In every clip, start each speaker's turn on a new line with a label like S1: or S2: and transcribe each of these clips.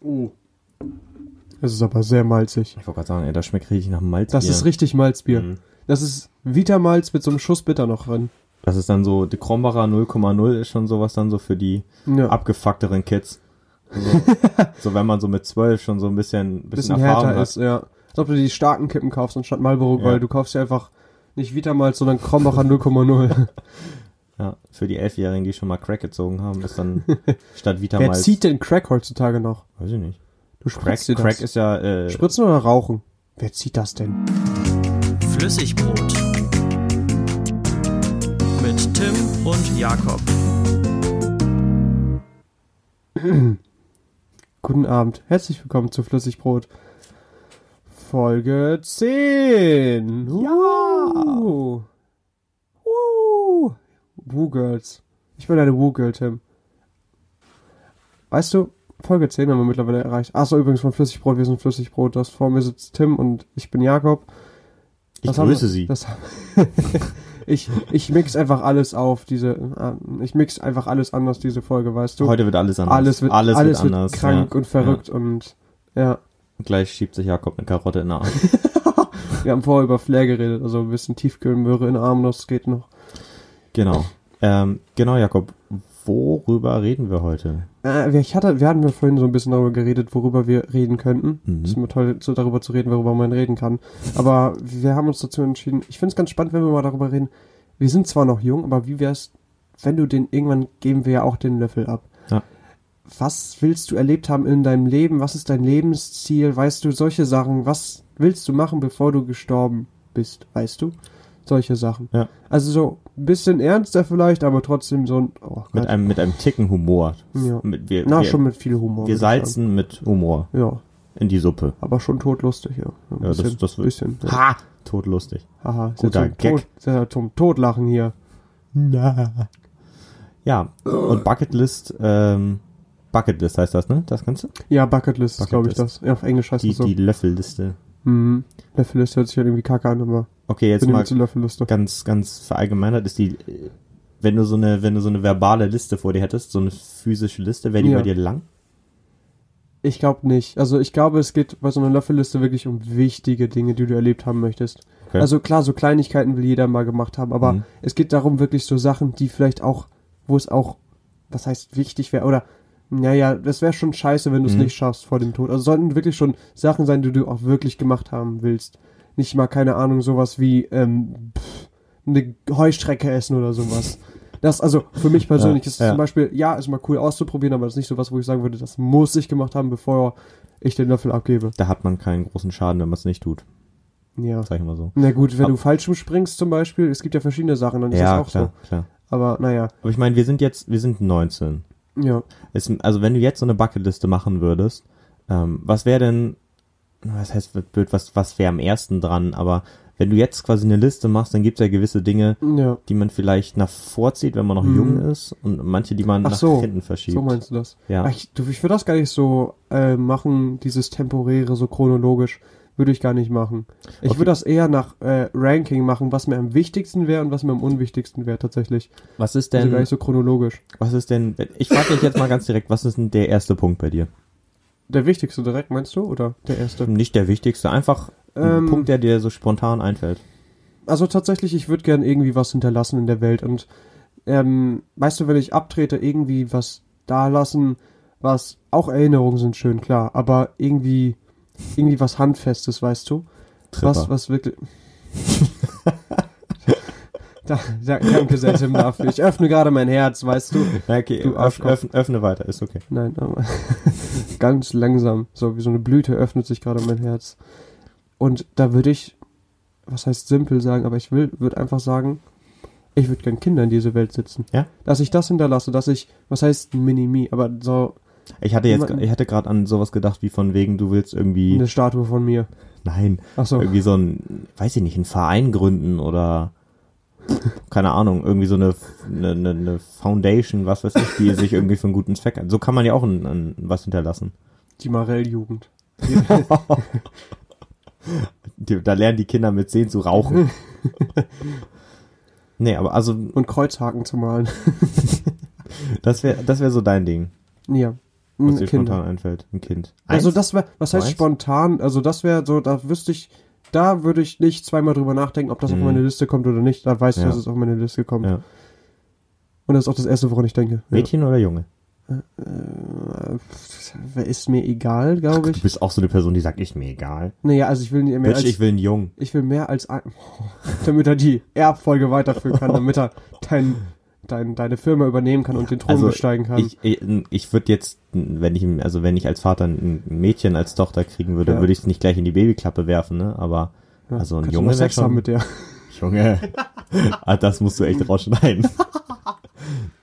S1: Oh. Das ist aber sehr malzig.
S2: Ich wollte gerade sagen, ey, das schmeckt richtig nach Malz.
S1: Das ist richtig Malzbier.
S2: Mhm.
S1: Das ist Vita-Malz mit so einem Schuss Bitter noch drin.
S2: Das ist dann so, die Krombacher 0,0 ist schon sowas dann so für die
S1: Ja.
S2: abgefuckteren Kids. So, so wenn man so mit 12 schon so ein bisschen, bisschen,
S1: bisschen
S2: Erfahrung
S1: härter
S2: hat.
S1: ist, ja. Als ob du die starken Kippen kaufst anstatt Marlboro
S2: Ja.
S1: Gold. Du kaufst ja einfach nicht Vitamalz, sondern Krombacher 0,0.
S2: Ja, für die Elfjährigen, die schon mal Crack gezogen haben, ist dann statt Vita
S1: Wer
S2: mal.
S1: zieht denn Crack heutzutage noch?
S2: Weiß ich nicht.
S1: Du
S2: Crack,
S1: spritzt dir
S2: Crack
S1: das.
S2: ist ja äh,
S1: Spritzen oder rauchen? Wer zieht das denn?
S3: Flüssigbrot. Mit Tim und Jakob.
S1: Guten Abend. Herzlich willkommen zu Flüssigbrot. Folge 10. Ja. Woo Girls. Ich bin eine Woo Girl, Tim. Weißt du, Folge 10 haben wir mittlerweile erreicht. Achso, übrigens von Flüssigbrot, wir sind Flüssigbrot. Das vor mir sitzt Tim und ich bin Jakob.
S2: Ich
S1: haben
S2: grüße
S1: wir-
S2: Sie.
S1: Das haben, ich, ich mix einfach alles auf, diese, äh, ich mix einfach alles anders, diese Folge, weißt du?
S2: Heute wird alles anders.
S1: alles wird, alles wird,
S2: anders.
S1: krank
S2: ja.
S1: und verrückt und ja,
S2: Ja. Gleich schiebt sich Jakob eine Karotte in den Arm.
S1: wir haben vorher über Flair geredet, also ein bisschen Tiefkühlmöhre in den Arm, das geht noch.
S2: genau. Ähm, genau, Jakob. Worüber reden wir heute?
S1: Äh, wir- ich hatte, wir hatten ja vorhin so ein bisschen darüber geredet, worüber wir reden könnten.
S2: Mhm.
S1: Es ist immer toll, zu, darüber zu reden, worüber man reden kann. Aber wir haben uns dazu entschieden, ich finde es ganz spannend, wenn wir mal darüber reden, wir sind zwar noch jung, aber wie wär's, wenn du den, irgendwann geben wir ja auch den Löffel ab.
S2: Ja.
S1: Was willst du erlebt haben in deinem Leben? Was ist dein Lebensziel? Weißt du, solche Sachen, was willst du machen, bevor du gestorben bist? Weißt du? Solche Sachen.
S2: Ja.
S1: Also so ein bisschen ernster vielleicht, aber trotzdem so ein... Oh
S2: Mit
S1: Gott.
S2: einem, mit einem Ticken Humor.
S1: Ja.
S2: Mit, wir,
S1: Na,
S2: wir,
S1: schon mit viel Humor.
S2: wir
S1: würd ich sagen.
S2: salzen mit Humor
S1: Ja,
S2: in die Suppe.
S1: aber schon todlustig, ja. Ein
S2: Ja, das- das wird-
S1: bisschen. Ja.
S2: Ha! Todlustig.
S1: Haha, ist
S2: Guter
S1: ja zum Tod, ist ja zum Todlachen hier.
S2: Na. Ja, und Bucketlist, ähm, Bucketlist heißt das, ne? Das Ganze?
S1: Ja, Bucketlist ist, glaube ich,
S2: Bucketlist.
S1: das. Ja, auf Englisch heißt
S2: Die,
S1: das so.
S2: die Löffelliste.
S1: Mhm. Löffelliste hört sich halt irgendwie kacke an, aber
S2: Okay,
S1: ich
S2: jetzt
S1: bin
S2: mal
S1: immer zu Löffelliste.
S2: ganz, ganz verallgemeinert ist die, äh, wenn du so eine, wenn du so eine verbale Liste vor dir hättest, so eine physische Liste, wäre die
S1: Ja.
S2: bei dir lang?
S1: Ich glaube nicht. Also ich glaube, es geht bei so einer Löffelliste wirklich um wichtige Dinge, die du erlebt haben möchtest.
S2: Okay.
S1: Also klar, so Kleinigkeiten will jeder mal gemacht haben, aber
S2: Mhm.
S1: es geht darum wirklich so Sachen, die vielleicht auch, wo es auch, was heißt wichtig wäre oder naja, das wäre schon scheiße, wenn du es
S2: Mhm.
S1: nicht schaffst vor dem Tod. Also sollten wirklich schon Sachen sein, die du auch wirklich gemacht haben willst. Nicht mal, keine Ahnung, sowas wie ähm, pff, eine Heuschrecke essen oder sowas. Das, also für mich persönlich
S2: Ja,
S1: ist es
S2: ja.
S1: zum Beispiel, ja, ist mal cool auszuprobieren, aber das ist nicht sowas, wo ich sagen würde, das muss ich gemacht haben, bevor ich den Löffel abgebe.
S2: Da hat man keinen großen Schaden, wenn man es nicht tut.
S1: Ja.
S2: Sag ich mal so.
S1: Na gut, wenn
S2: Ab-
S1: du falsch springst zum Beispiel, es gibt ja verschiedene Sachen, dann ist
S2: ja,
S1: das auch
S2: klar, klar.
S1: so. Aber naja,
S2: Aber ich meine, wir sind jetzt, wir sind 19.
S1: ja.
S2: Es, also wenn du jetzt so eine Bucketliste machen würdest, ähm, was wäre denn, was heißt wird blöd, was, was wäre am ersten dran, aber wenn du jetzt quasi eine Liste machst, dann gibt es ja gewisse Dinge,
S1: Ja,
S2: die man vielleicht nach vorzieht, wenn man noch jung ist und manche, die man
S1: Mhm. Ach
S2: nach
S1: so.
S2: hinten verschiebt.
S1: so meinst du das.
S2: Ja.
S1: Ach, Ich, du, ich würde das gar nicht so äh, machen, dieses temporäre, so chronologisch. Würde ich gar nicht machen. Ich
S2: Okay.
S1: würde das eher nach äh, Ranking machen, was mir am wichtigsten wäre und was mir am unwichtigsten wäre tatsächlich.
S2: was ist
S1: Also
S2: denn,
S1: gar nicht so chronologisch.
S2: was ist denn, ich frage dich jetzt mal ganz direkt, was ist denn der erste Punkt bei dir?
S1: Der wichtigste direkt, meinst du? Oder der erste?
S2: Nicht der wichtigste, einfach ein
S1: Ähm.
S2: Punkt, der dir so spontan einfällt.
S1: Also tatsächlich, ich würde gern irgendwie was hinterlassen in der Welt. Und ähm, weißt du, wenn ich abtrete, irgendwie was da lassen, was auch Erinnerungen sind schön, klar, aber irgendwie, irgendwie was Handfestes, weißt du? Was, was wirklich. da, da, danke sehr, Tim, dafür. Ich öffne gerade mein Herz, weißt du?
S2: Ja, Okay,
S1: Du
S2: öff,
S1: Arschkopf.
S2: öffne, öffne weiter, ist okay.
S1: Nein, aber ganz langsam, so wie so eine Blüte öffnet sich gerade mein Herz. Und da würde ich, was heißt simpel sagen, aber ich will, würde einfach sagen, ich würde gern Kinder in diese Welt sitzen.
S2: Ja.
S1: Dass ich das hinterlasse, dass ich, was heißt Mini-Me, aber so
S2: Ich hatte jetzt,
S1: Jemanden-
S2: ich hatte gerade an sowas gedacht, wie von wegen, du willst irgendwie,
S1: eine Statue von mir.
S2: nein,
S1: Achso,
S2: irgendwie so ein, weiß ich nicht, einen Verein gründen oder keine Ahnung, irgendwie so eine, eine, eine- eine Foundation, was weiß ich, die sich irgendwie für einen guten Zweck. So kann man ja auch ein, ein, was hinterlassen.
S1: die Marell-Jugend.
S2: Die, da lernen die Kinder mit 10 zu rauchen. nee, aber also
S1: Und Kreuzhaken zu malen.
S2: das wäre das wär so dein Ding.
S1: ja.
S2: was
S1: Ein
S2: dir
S1: Kind.
S2: spontan einfällt. Ein Kind.
S1: Also
S2: Eins?
S1: das wäre, was heißt
S2: Eins?
S1: spontan? Also das wäre so, da wüsste ich, da würde ich nicht zweimal drüber nachdenken, ob das auf
S2: Mhm.
S1: meine Liste kommt oder nicht. Da weiß ich,
S2: Ja.
S1: dass es auf meine Liste kommt.
S2: Ja.
S1: Und das ist auch das Erste, woran ich denke. Ja.
S2: Mädchen oder Junge?
S1: Äh, pff, ist mir egal, glaube
S2: Du
S1: ich.
S2: bist auch so eine Person, die sagt, ist mir egal.
S1: Naja, also ich will nicht mehr
S2: Bitch,
S1: als,
S2: ich
S1: ich,
S2: will einen Jungen.
S1: will mehr als ein, damit er die Erbfolge weiterführen kann, damit er dein, dein, deine Firma übernehmen kann und den Thron
S2: Also,
S1: besteigen kann.
S2: Ich, ich, ich würde jetzt, wenn ich, also wenn ich als Vater ein Mädchen als Tochter kriegen würde,
S1: Ja.
S2: würde ich es nicht gleich in die Babyklappe werfen, ne? Aber
S1: Ja,
S2: also ein
S1: kannst du
S2: Junge
S1: noch
S2: wär
S1: Sex
S2: schon-
S1: haben mit der.
S2: Junge, ah, das musst du echt rausschneiden.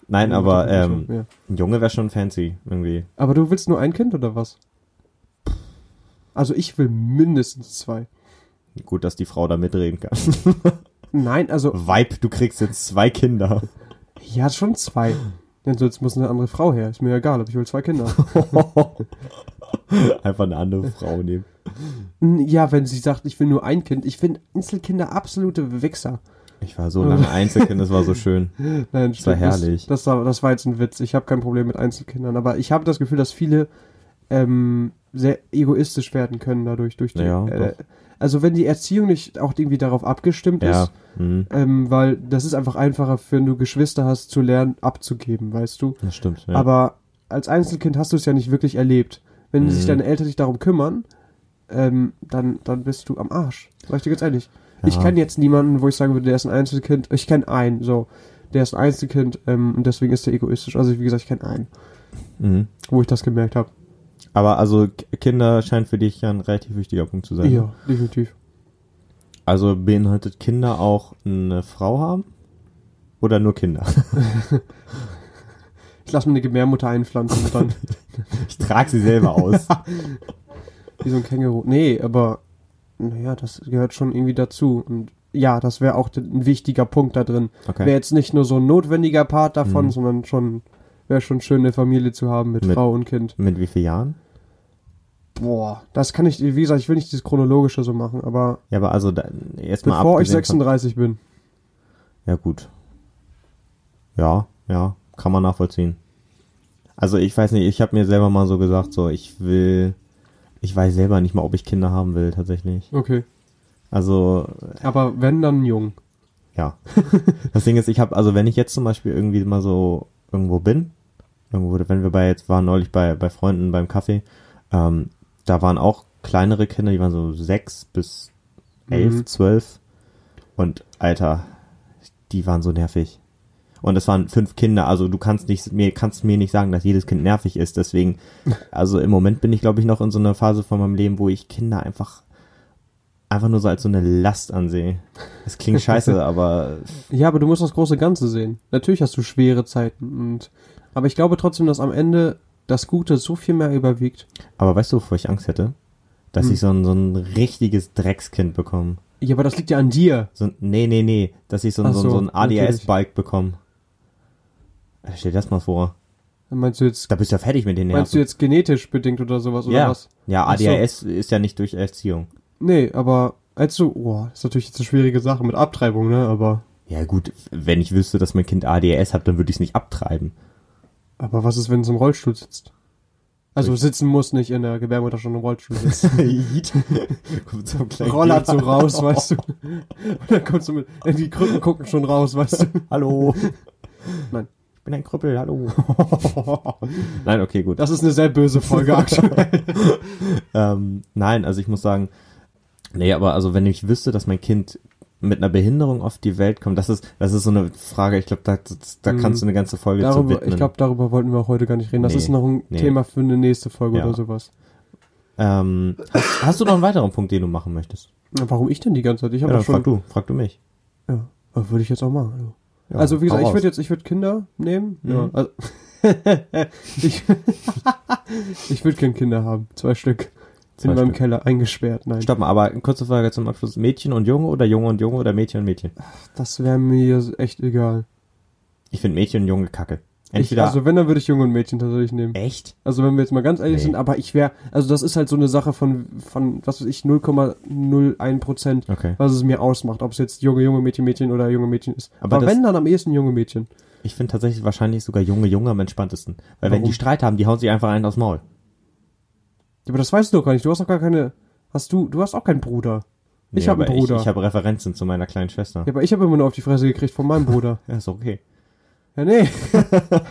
S2: Nein, aber ähm,
S1: Ja.
S2: ein Junge wäre schon fancy irgendwie.
S1: Aber du willst nur ein Kind oder was? Also ich will mindestens zwei.
S2: Gut, dass die Frau da mitreden kann.
S1: Nein, also
S2: Vibe, du kriegst jetzt zwei Kinder.
S1: ja schon zwei. Denn sonst muss eine andere Frau her. Ist mir egal, aber ich will zwei Kinder.
S2: Einfach eine andere Frau nehmen.
S1: N- ja, wenn sie sagt, ich will nur ein Kind. Ich finde Einzelkinder absolute Wichser.
S2: Ich war so lange Einzelkind, das war so schön.
S1: Nein,
S2: war
S1: stimmt,
S2: herrlich.
S1: Das, das, war, das war jetzt ein Witz. Ich habe kein Problem mit Einzelkindern. Aber ich habe das Gefühl, dass viele ähm, sehr egoistisch werden können dadurch. Durch die,
S2: Ja,
S1: äh, also wenn die Erziehung nicht auch irgendwie darauf abgestimmt
S2: Ja.
S1: ist,
S2: Mhm.
S1: Ähm, weil das ist einfach einfacher, wenn du Geschwister hast, zu lernen, abzugeben, weißt du.
S2: Das stimmt. Ja.
S1: Aber als Einzelkind hast du es ja nicht wirklich erlebt. Wenn
S2: Mhm.
S1: sich deine Eltern nicht darum kümmern, ähm, dann, dann bist du am Arsch. Sag ich dir ganz ehrlich. Ich
S2: Ja.
S1: kenne jetzt niemanden, wo ich sagen würde, der ist ein Einzelkind. Ich kenne einen, so. Der ist ein Einzelkind ähm, und deswegen ist er egoistisch. Also, wie gesagt, ich kenne einen,
S2: Mhm.
S1: wo ich das gemerkt habe.
S2: aber also K- Kinder scheint für dich ja ein relativ wichtiger Punkt zu sein. ne?
S1: Ja, definitiv.
S2: Also beinhaltet Kinder auch eine Frau haben? Oder nur Kinder?
S1: Ich lasse mir eine Gebärmutter einpflanzen und dann
S2: Ich trage sie selber aus.
S1: Wie so ein Känguru. Nee, aber naja, das gehört schon irgendwie dazu. Und ja, das wäre auch d- ein wichtiger Punkt da drin.
S2: Okay.
S1: Wäre jetzt nicht nur so ein notwendiger Part davon,
S2: Mhm.
S1: sondern schon wäre schon schön, eine Familie zu haben mit,
S2: Mit-
S1: Frau und Kind.
S2: Mit wie vielen Jahren?
S1: Boah, das kann ich, wie gesagt, ich will nicht dieses Chronologische so machen, aber
S2: Ja, aber also da, erst mal
S1: bevor ich
S2: abgesehen von-
S1: 36 bin.
S2: Ja, gut. Ja, ja, kann man nachvollziehen. Also ich weiß nicht, ich habe mir selber mal so gesagt, so ich will, ich weiß selber nicht mal, ob ich Kinder haben will tatsächlich.
S1: Okay.
S2: Also
S1: Aber wenn, dann jung.
S2: ja. das Ding ist, ich habe, also wenn ich jetzt zum Beispiel irgendwie mal so irgendwo bin, irgendwo, wenn wir bei jetzt waren neulich bei bei Freunden beim Kaffee, ähm, da waren auch kleinere Kinder, die waren so sechs bis elf,
S1: Mhm.
S2: zwölf und Alter, die waren so nervig. Und es waren fünf Kinder, also du kannst nicht mir kannst mir nicht sagen, dass jedes Kind nervig ist. Deswegen, also im Moment bin ich glaube ich noch in so einer Phase von meinem Leben, wo ich Kinder einfach einfach nur so als so eine Last ansehe. Das klingt scheiße, aber
S1: Ja, aber du musst das große Ganze sehen. Natürlich hast du schwere Zeiten und aber ich glaube trotzdem, dass am Ende das Gute so viel mehr überwiegt.
S2: aber weißt du, wovor ich Angst hätte? Dass
S1: Hm.
S2: ich so ein, so ein richtiges Dreckskind bekomme.
S1: Ja, aber das liegt ja an dir.
S2: So ein, nee, nee, nee, dass ich so ein,
S1: Ach
S2: so, ein- so ein
S1: so, natürlich.
S2: ADS-Bike bekomme. Äh, Stell dir das mal vor.
S1: Meinst du jetzt
S2: Da bist du ja fertig mit den Nerven.
S1: Meinst du jetzt genetisch bedingt oder sowas oder
S2: ja.
S1: was?
S2: Ja,
S1: Ach so.
S2: ADHS ist ja nicht durch Erziehung.
S1: Nee, aber als du, boah, ist natürlich jetzt eine schwierige Sache mit Abtreibung, ne, aber
S2: Ja gut, wenn ich wüsste, dass mein Kind ADHS hat, dann würde ich es nicht abtreiben.
S1: aber was ist, wenn es im Rollstuhl sitzt? Also sitzen muss nicht in der Gebärmutter schon im Rollstuhl sitzen.
S2: Kommt so ein kleiner
S1: Rollert so raus, weißt du. Und dann kommst du mit, die Krücken gucken schon raus, weißt du.
S2: Hallo.
S1: Nein.
S2: Ich bin ein Krüppel, hallo. Nein, okay, gut.
S1: Das ist eine sehr böse Folge aktuell.
S2: Ähm, nein, also ich muss sagen, nee, aber also wenn ich wüsste, dass mein Kind mit einer Behinderung auf die Welt kommt, das ist, das ist so eine Frage, ich glaube, da, da
S1: Mhm.
S2: kannst du eine ganze Folge zu
S1: Darüber,
S2: widmen.
S1: ich glaube, darüber wollten wir auch heute gar nicht reden. Das
S2: Nee,
S1: ist noch ein
S2: nee.
S1: Thema für eine nächste Folge
S2: Ja.
S1: oder sowas.
S2: ähm, hast, hast du noch einen weiteren Punkt, den du machen möchtest?
S1: Na, Warum ich denn die ganze Zeit? Ich habe
S2: Ja,
S1: ja,
S2: dann frag
S1: schon.
S2: du, frag du mich.
S1: Ja, würde ich jetzt auch machen. Ja.
S2: Ja,
S1: also wie gesagt,
S2: hau
S1: ich würde
S2: raus.
S1: jetzt, ich würde Kinder nehmen. Ja.
S2: Mhm.
S1: Also, ich ich würde gerne Kinder haben, zwei Stück
S2: Zwei
S1: in meinem
S2: Stück.
S1: Keller eingesperrt. Nein,
S2: Stopp mal, aber eine kurze Frage zum Abschluss. Mädchen und Junge oder Junge und Junge oder Mädchen und Mädchen?
S1: das wäre mir echt egal.
S2: Ich finde Mädchen und Junge kacke.
S1: Ich,
S2: Entweder
S1: also wenn dann würde ich Junge und Mädchen tatsächlich nehmen.
S2: echt?
S1: Also wenn wir jetzt mal ganz ehrlich
S2: Nee.
S1: sind, aber ich wäre, also das ist halt so eine Sache von von was weiß ich 0,01 Prozent,
S2: Okay.
S1: was es mir ausmacht, ob es jetzt Junge Junge Mädchen Mädchen oder Junge Mädchen ist.
S2: Aber
S1: Aber,
S2: das-
S1: wenn dann am ehesten Junge Mädchen.
S2: Ich finde tatsächlich wahrscheinlich sogar junge Junge am entspanntesten. Weil wenn
S1: Warum?
S2: die Streit haben, die hauen sich einfach einen aufs Maul.
S1: Aber das weißt du doch gar nicht. Du hast doch gar keine. Hast du, du hast auch keinen Bruder. Ich hab
S2: aber
S1: einen Bruder.
S2: Ich, ich habe Referenzen zu meiner kleinen Schwester.
S1: Ja, aber ich habe immer nur auf die Fresse gekriegt von meinem Bruder.
S2: Ja, ist okay.
S1: Ja, nee.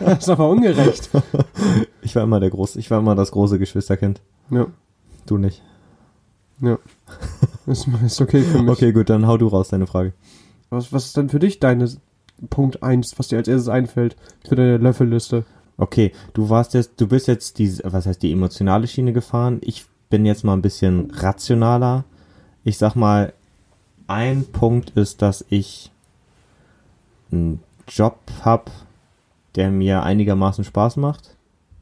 S1: das ist aber ungerecht.
S2: Ich war immer der große, ich war immer das große Geschwisterkind.
S1: Ja,
S2: Du nicht.
S1: ja. Ist, ist okay für mich.
S2: Okay, gut, dann hau du raus deine Frage.
S1: Was, was ist denn für dich deine Punkt 1, was dir als erstes einfällt für deine Löffelliste?
S2: Okay, du warst jetzt, du bist jetzt die, was heißt die emotionale Schiene gefahren. Ich bin jetzt mal ein bisschen rationaler. Ich sag mal, ein Punkt ist, dass ich einen Job hab, der mir einigermaßen Spaß macht.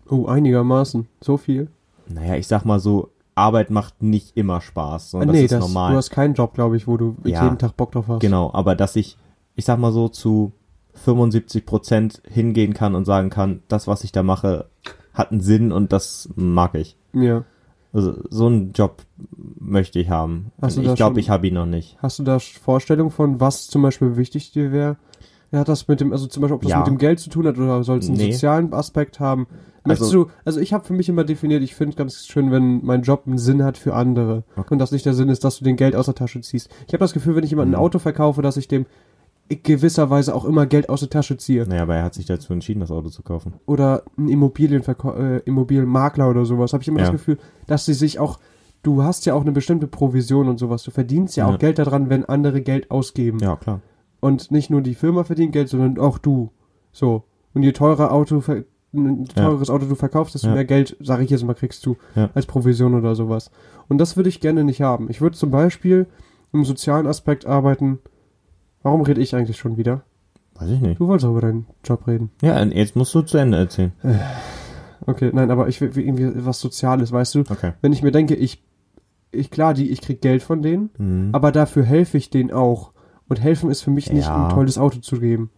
S1: Oh, einigermaßen. So viel?
S2: Naja, ich sag mal so, Arbeit macht nicht immer Spaß, sondern Oh, das ist normal.
S1: du hast keinen Job, glaube ich, wo du
S2: Ja.
S1: jeden Tag Bock drauf hast.
S2: Genau, aber dass ich, ich sag mal so, zu 75 Prozent hingehen kann und sagen kann, das, was ich da mache, hat einen Sinn und das mag ich.
S1: Ja.
S2: Also, so einen Job möchte ich haben.
S1: Hast du
S2: Und
S1: da
S2: ich glaube,
S1: schon-
S2: ich habe ihn noch nicht.
S1: Hast du da Vorstellung von, was zum Beispiel wichtig dir wäre? Ja, hat das mit dem, also zum Beispiel, ob das
S2: Ja.
S1: mit dem Geld zu tun hat oder soll es einen
S2: Nee.
S1: sozialen Aspekt haben? Möchtest
S2: Also-
S1: du, also ich habe für mich immer definiert, ich finde ganz schön, wenn mein Job einen Sinn hat für andere
S2: Okay.
S1: und das nicht der Sinn ist, dass du den Geld aus der Tasche ziehst. Ich habe das Gefühl, wenn ich jemandem ein
S2: Mhm.
S1: Auto verkaufe, dass ich dem gewisserweise auch immer Geld aus der Tasche ziehe.
S2: Naja, aber er hat sich dazu entschieden, das Auto zu kaufen.
S1: oder ein Immobilienverkäu äh, Immobilienmakler oder sowas, habe ich immer
S2: Ja.
S1: das Gefühl, dass sie sich auch, du hast ja auch eine bestimmte Provision und sowas, du verdienst ja auch
S2: Ja.
S1: Geld daran, wenn andere Geld ausgeben.
S2: Ja, klar.
S1: Und nicht nur die Firma verdient Geld, sondern auch du. So. Und je teurer Auto, ver- ein teureres Auto du verkaufst, desto
S2: Ja.
S1: mehr Geld, sage ich jetzt mal, kriegst du
S2: Ja.
S1: als Provision oder sowas. Und das würde ich gerne nicht haben. Ich würde zum Beispiel im sozialen Aspekt arbeiten. Warum rede ich eigentlich schon wieder?
S2: Weiß ich nicht.
S1: Du wolltest auch über deinen Job reden.
S2: Ja, jetzt musst du zu Ende erzählen.
S1: Okay, nein, aber ich will will irgendwie was Soziales, weißt du?
S2: Okay.
S1: Wenn ich mir denke, ich, ich klar, die, ich krieg Geld von denen,
S2: Mhm.
S1: aber dafür helfe ich denen auch. Und helfen ist für mich nicht,
S2: Ja.
S1: ein tolles Auto zu geben.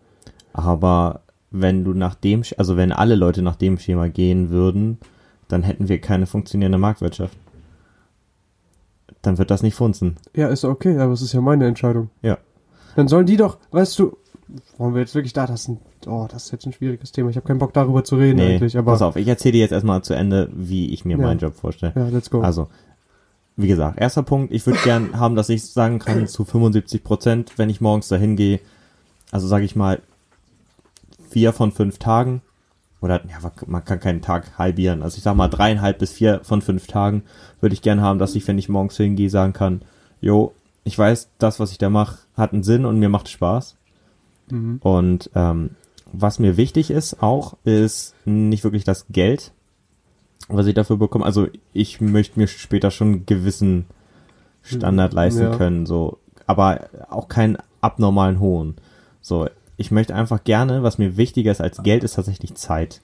S2: Aber wenn du nach dem, Sch- also wenn alle Leute nach dem Schema gehen würden, dann hätten wir keine funktionierende Marktwirtschaft. Dann wird das nicht funzen.
S1: Ja, ist okay, aber es ist ja meine Entscheidung.
S2: Ja.
S1: Dann sollen die doch, weißt du, wollen wir jetzt wirklich da, das ist ein, oh, das ist jetzt ein schwieriges Thema. Ich habe keinen Bock darüber zu reden
S2: Nee,
S1: eigentlich, aber
S2: pass auf, ich erzähle dir jetzt erstmal zu Ende, wie ich mir
S1: Ja.
S2: meinen Job vorstelle.
S1: ja, let's go.
S2: Also, wie gesagt, erster Punkt, ich würde gern haben, dass ich sagen kann, zu 75 Prozent, wenn ich morgens dahin gehe, also sage ich mal, vier von fünf Tagen, oder ja, man- man kann keinen Tag halbieren, also ich sag mal dreieinhalb bis vier von fünf Tagen würde ich gern haben, dass ich, wenn ich morgens hingehe, sagen kann, jo, ich weiß, das, was ich da mache, hat einen Sinn und mir macht Spaß.
S1: Mhm.
S2: Und ähm, was mir wichtig ist auch, ist nicht wirklich das Geld, was ich dafür bekomme. Also ich möchte mir später schon einen gewissen Standard leisten
S1: Hm, Ja.
S2: können, so, aber auch keinen abnormalen hohen. So, ich möchte einfach gerne, was mir wichtiger ist als Geld, ist tatsächlich Zeit.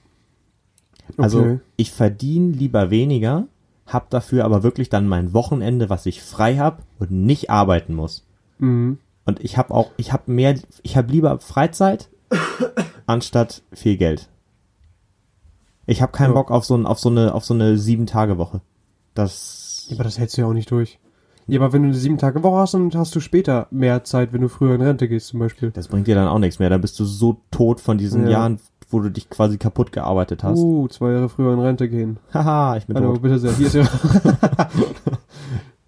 S2: Also
S1: Okay.
S2: ich verdiene lieber weniger, hab dafür aber wirklich dann mein Wochenende, was ich frei hab und nicht arbeiten muss.
S1: Mhm.
S2: Und ich habe auch, ich habe mehr, ich habe lieber Freizeit anstatt viel Geld. Ich habe keinen
S1: Ja.
S2: Bock auf so, ein, auf so eine, auf so eine sieben Tage Woche. Das,
S1: Ja, aber das hältst du ja auch nicht durch. Ja, aber wenn du eine sieben Tage Woche hast, dann hast du später mehr Zeit, wenn du früher in Rente gehst zum Beispiel.
S2: das bringt dir dann auch nichts mehr. Dann bist du so tot von diesen
S1: Ja.
S2: Jahren, wo du dich quasi kaputt gearbeitet hast.
S1: Uh, zwei Jahre früher in Rente gehen.
S2: Haha, ich bin
S1: Hallo,
S2: tot.
S1: bitte sehr. Hier ist ja.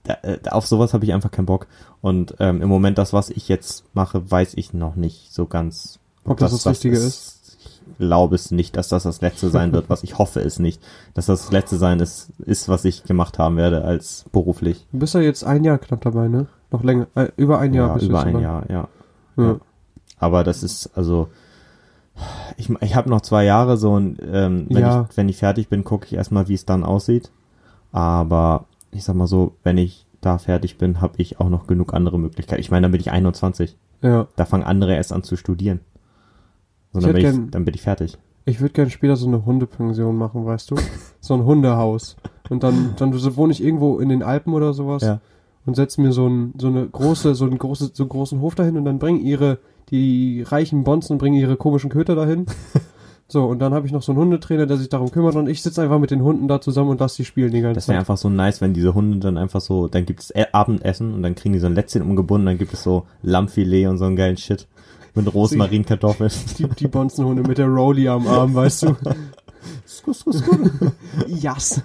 S2: Da, äh, auf sowas habe ich einfach keinen Bock. Und ähm, im Moment das, was ich jetzt mache, weiß ich noch nicht so ganz,
S1: Ob das das Richtige
S2: ist. Ich glaube es nicht, dass das das Letzte sein wird, was ich hoffe es nicht, dass das das Letzte sein ist, ist, was ich gemacht haben werde als beruflich.
S1: Du bist ja jetzt ein Jahr knapp dabei, ne? Noch länger. Äh, über ein Jahr
S2: ja,
S1: bist
S2: über
S1: du jetzt
S2: ein
S1: dabei.
S2: Jahr, ja.
S1: Ja.
S2: Aber das ist also, ich, ich habe noch zwei Jahre so und ähm, wenn,
S1: Ja.
S2: ich, wenn ich fertig bin, gucke ich erstmal, wie es dann aussieht. Aber ich sag mal so, wenn ich da fertig bin, habe ich auch noch genug andere Möglichkeiten. Ich meine, dann bin ich 21.
S1: ja.
S2: Da fangen andere erst an zu studieren. So,
S1: Ich
S2: dann,
S1: hätte
S2: bin ich,
S1: gern-
S2: dann bin ich fertig.
S1: Ich würde gerne später so eine Hundepension machen, weißt du? so ein Hundehaus. Und dann, dann so wohne ich irgendwo in den Alpen oder sowas
S2: Ja.
S1: und setze mir so, ein, so eine große, so einen große, so einen großen Hof dahin und dann bringen ihre, die reichen Bonzen bringen ihre komischen Köter dahin. so, und dann habe ich noch so einen Hundetrainer, der sich darum kümmert und ich sitze einfach mit den Hunden da zusammen und lass die spielen die ganze
S2: Das
S1: Zeit.
S2: wäre einfach so nice, wenn diese Hunde dann einfach so, dann E-, gibt es Ä- Abendessen und dann kriegen die so ein Lätzchen umgebunden, dann gibt es so Lammfilet und so einen geilen Shit. Mit Rosmarinkartoffeln.
S1: Die, die Bonzenhunde mit der Rolli am Arm, weißt du.
S2: Sku, sku, sku.
S1: Yes.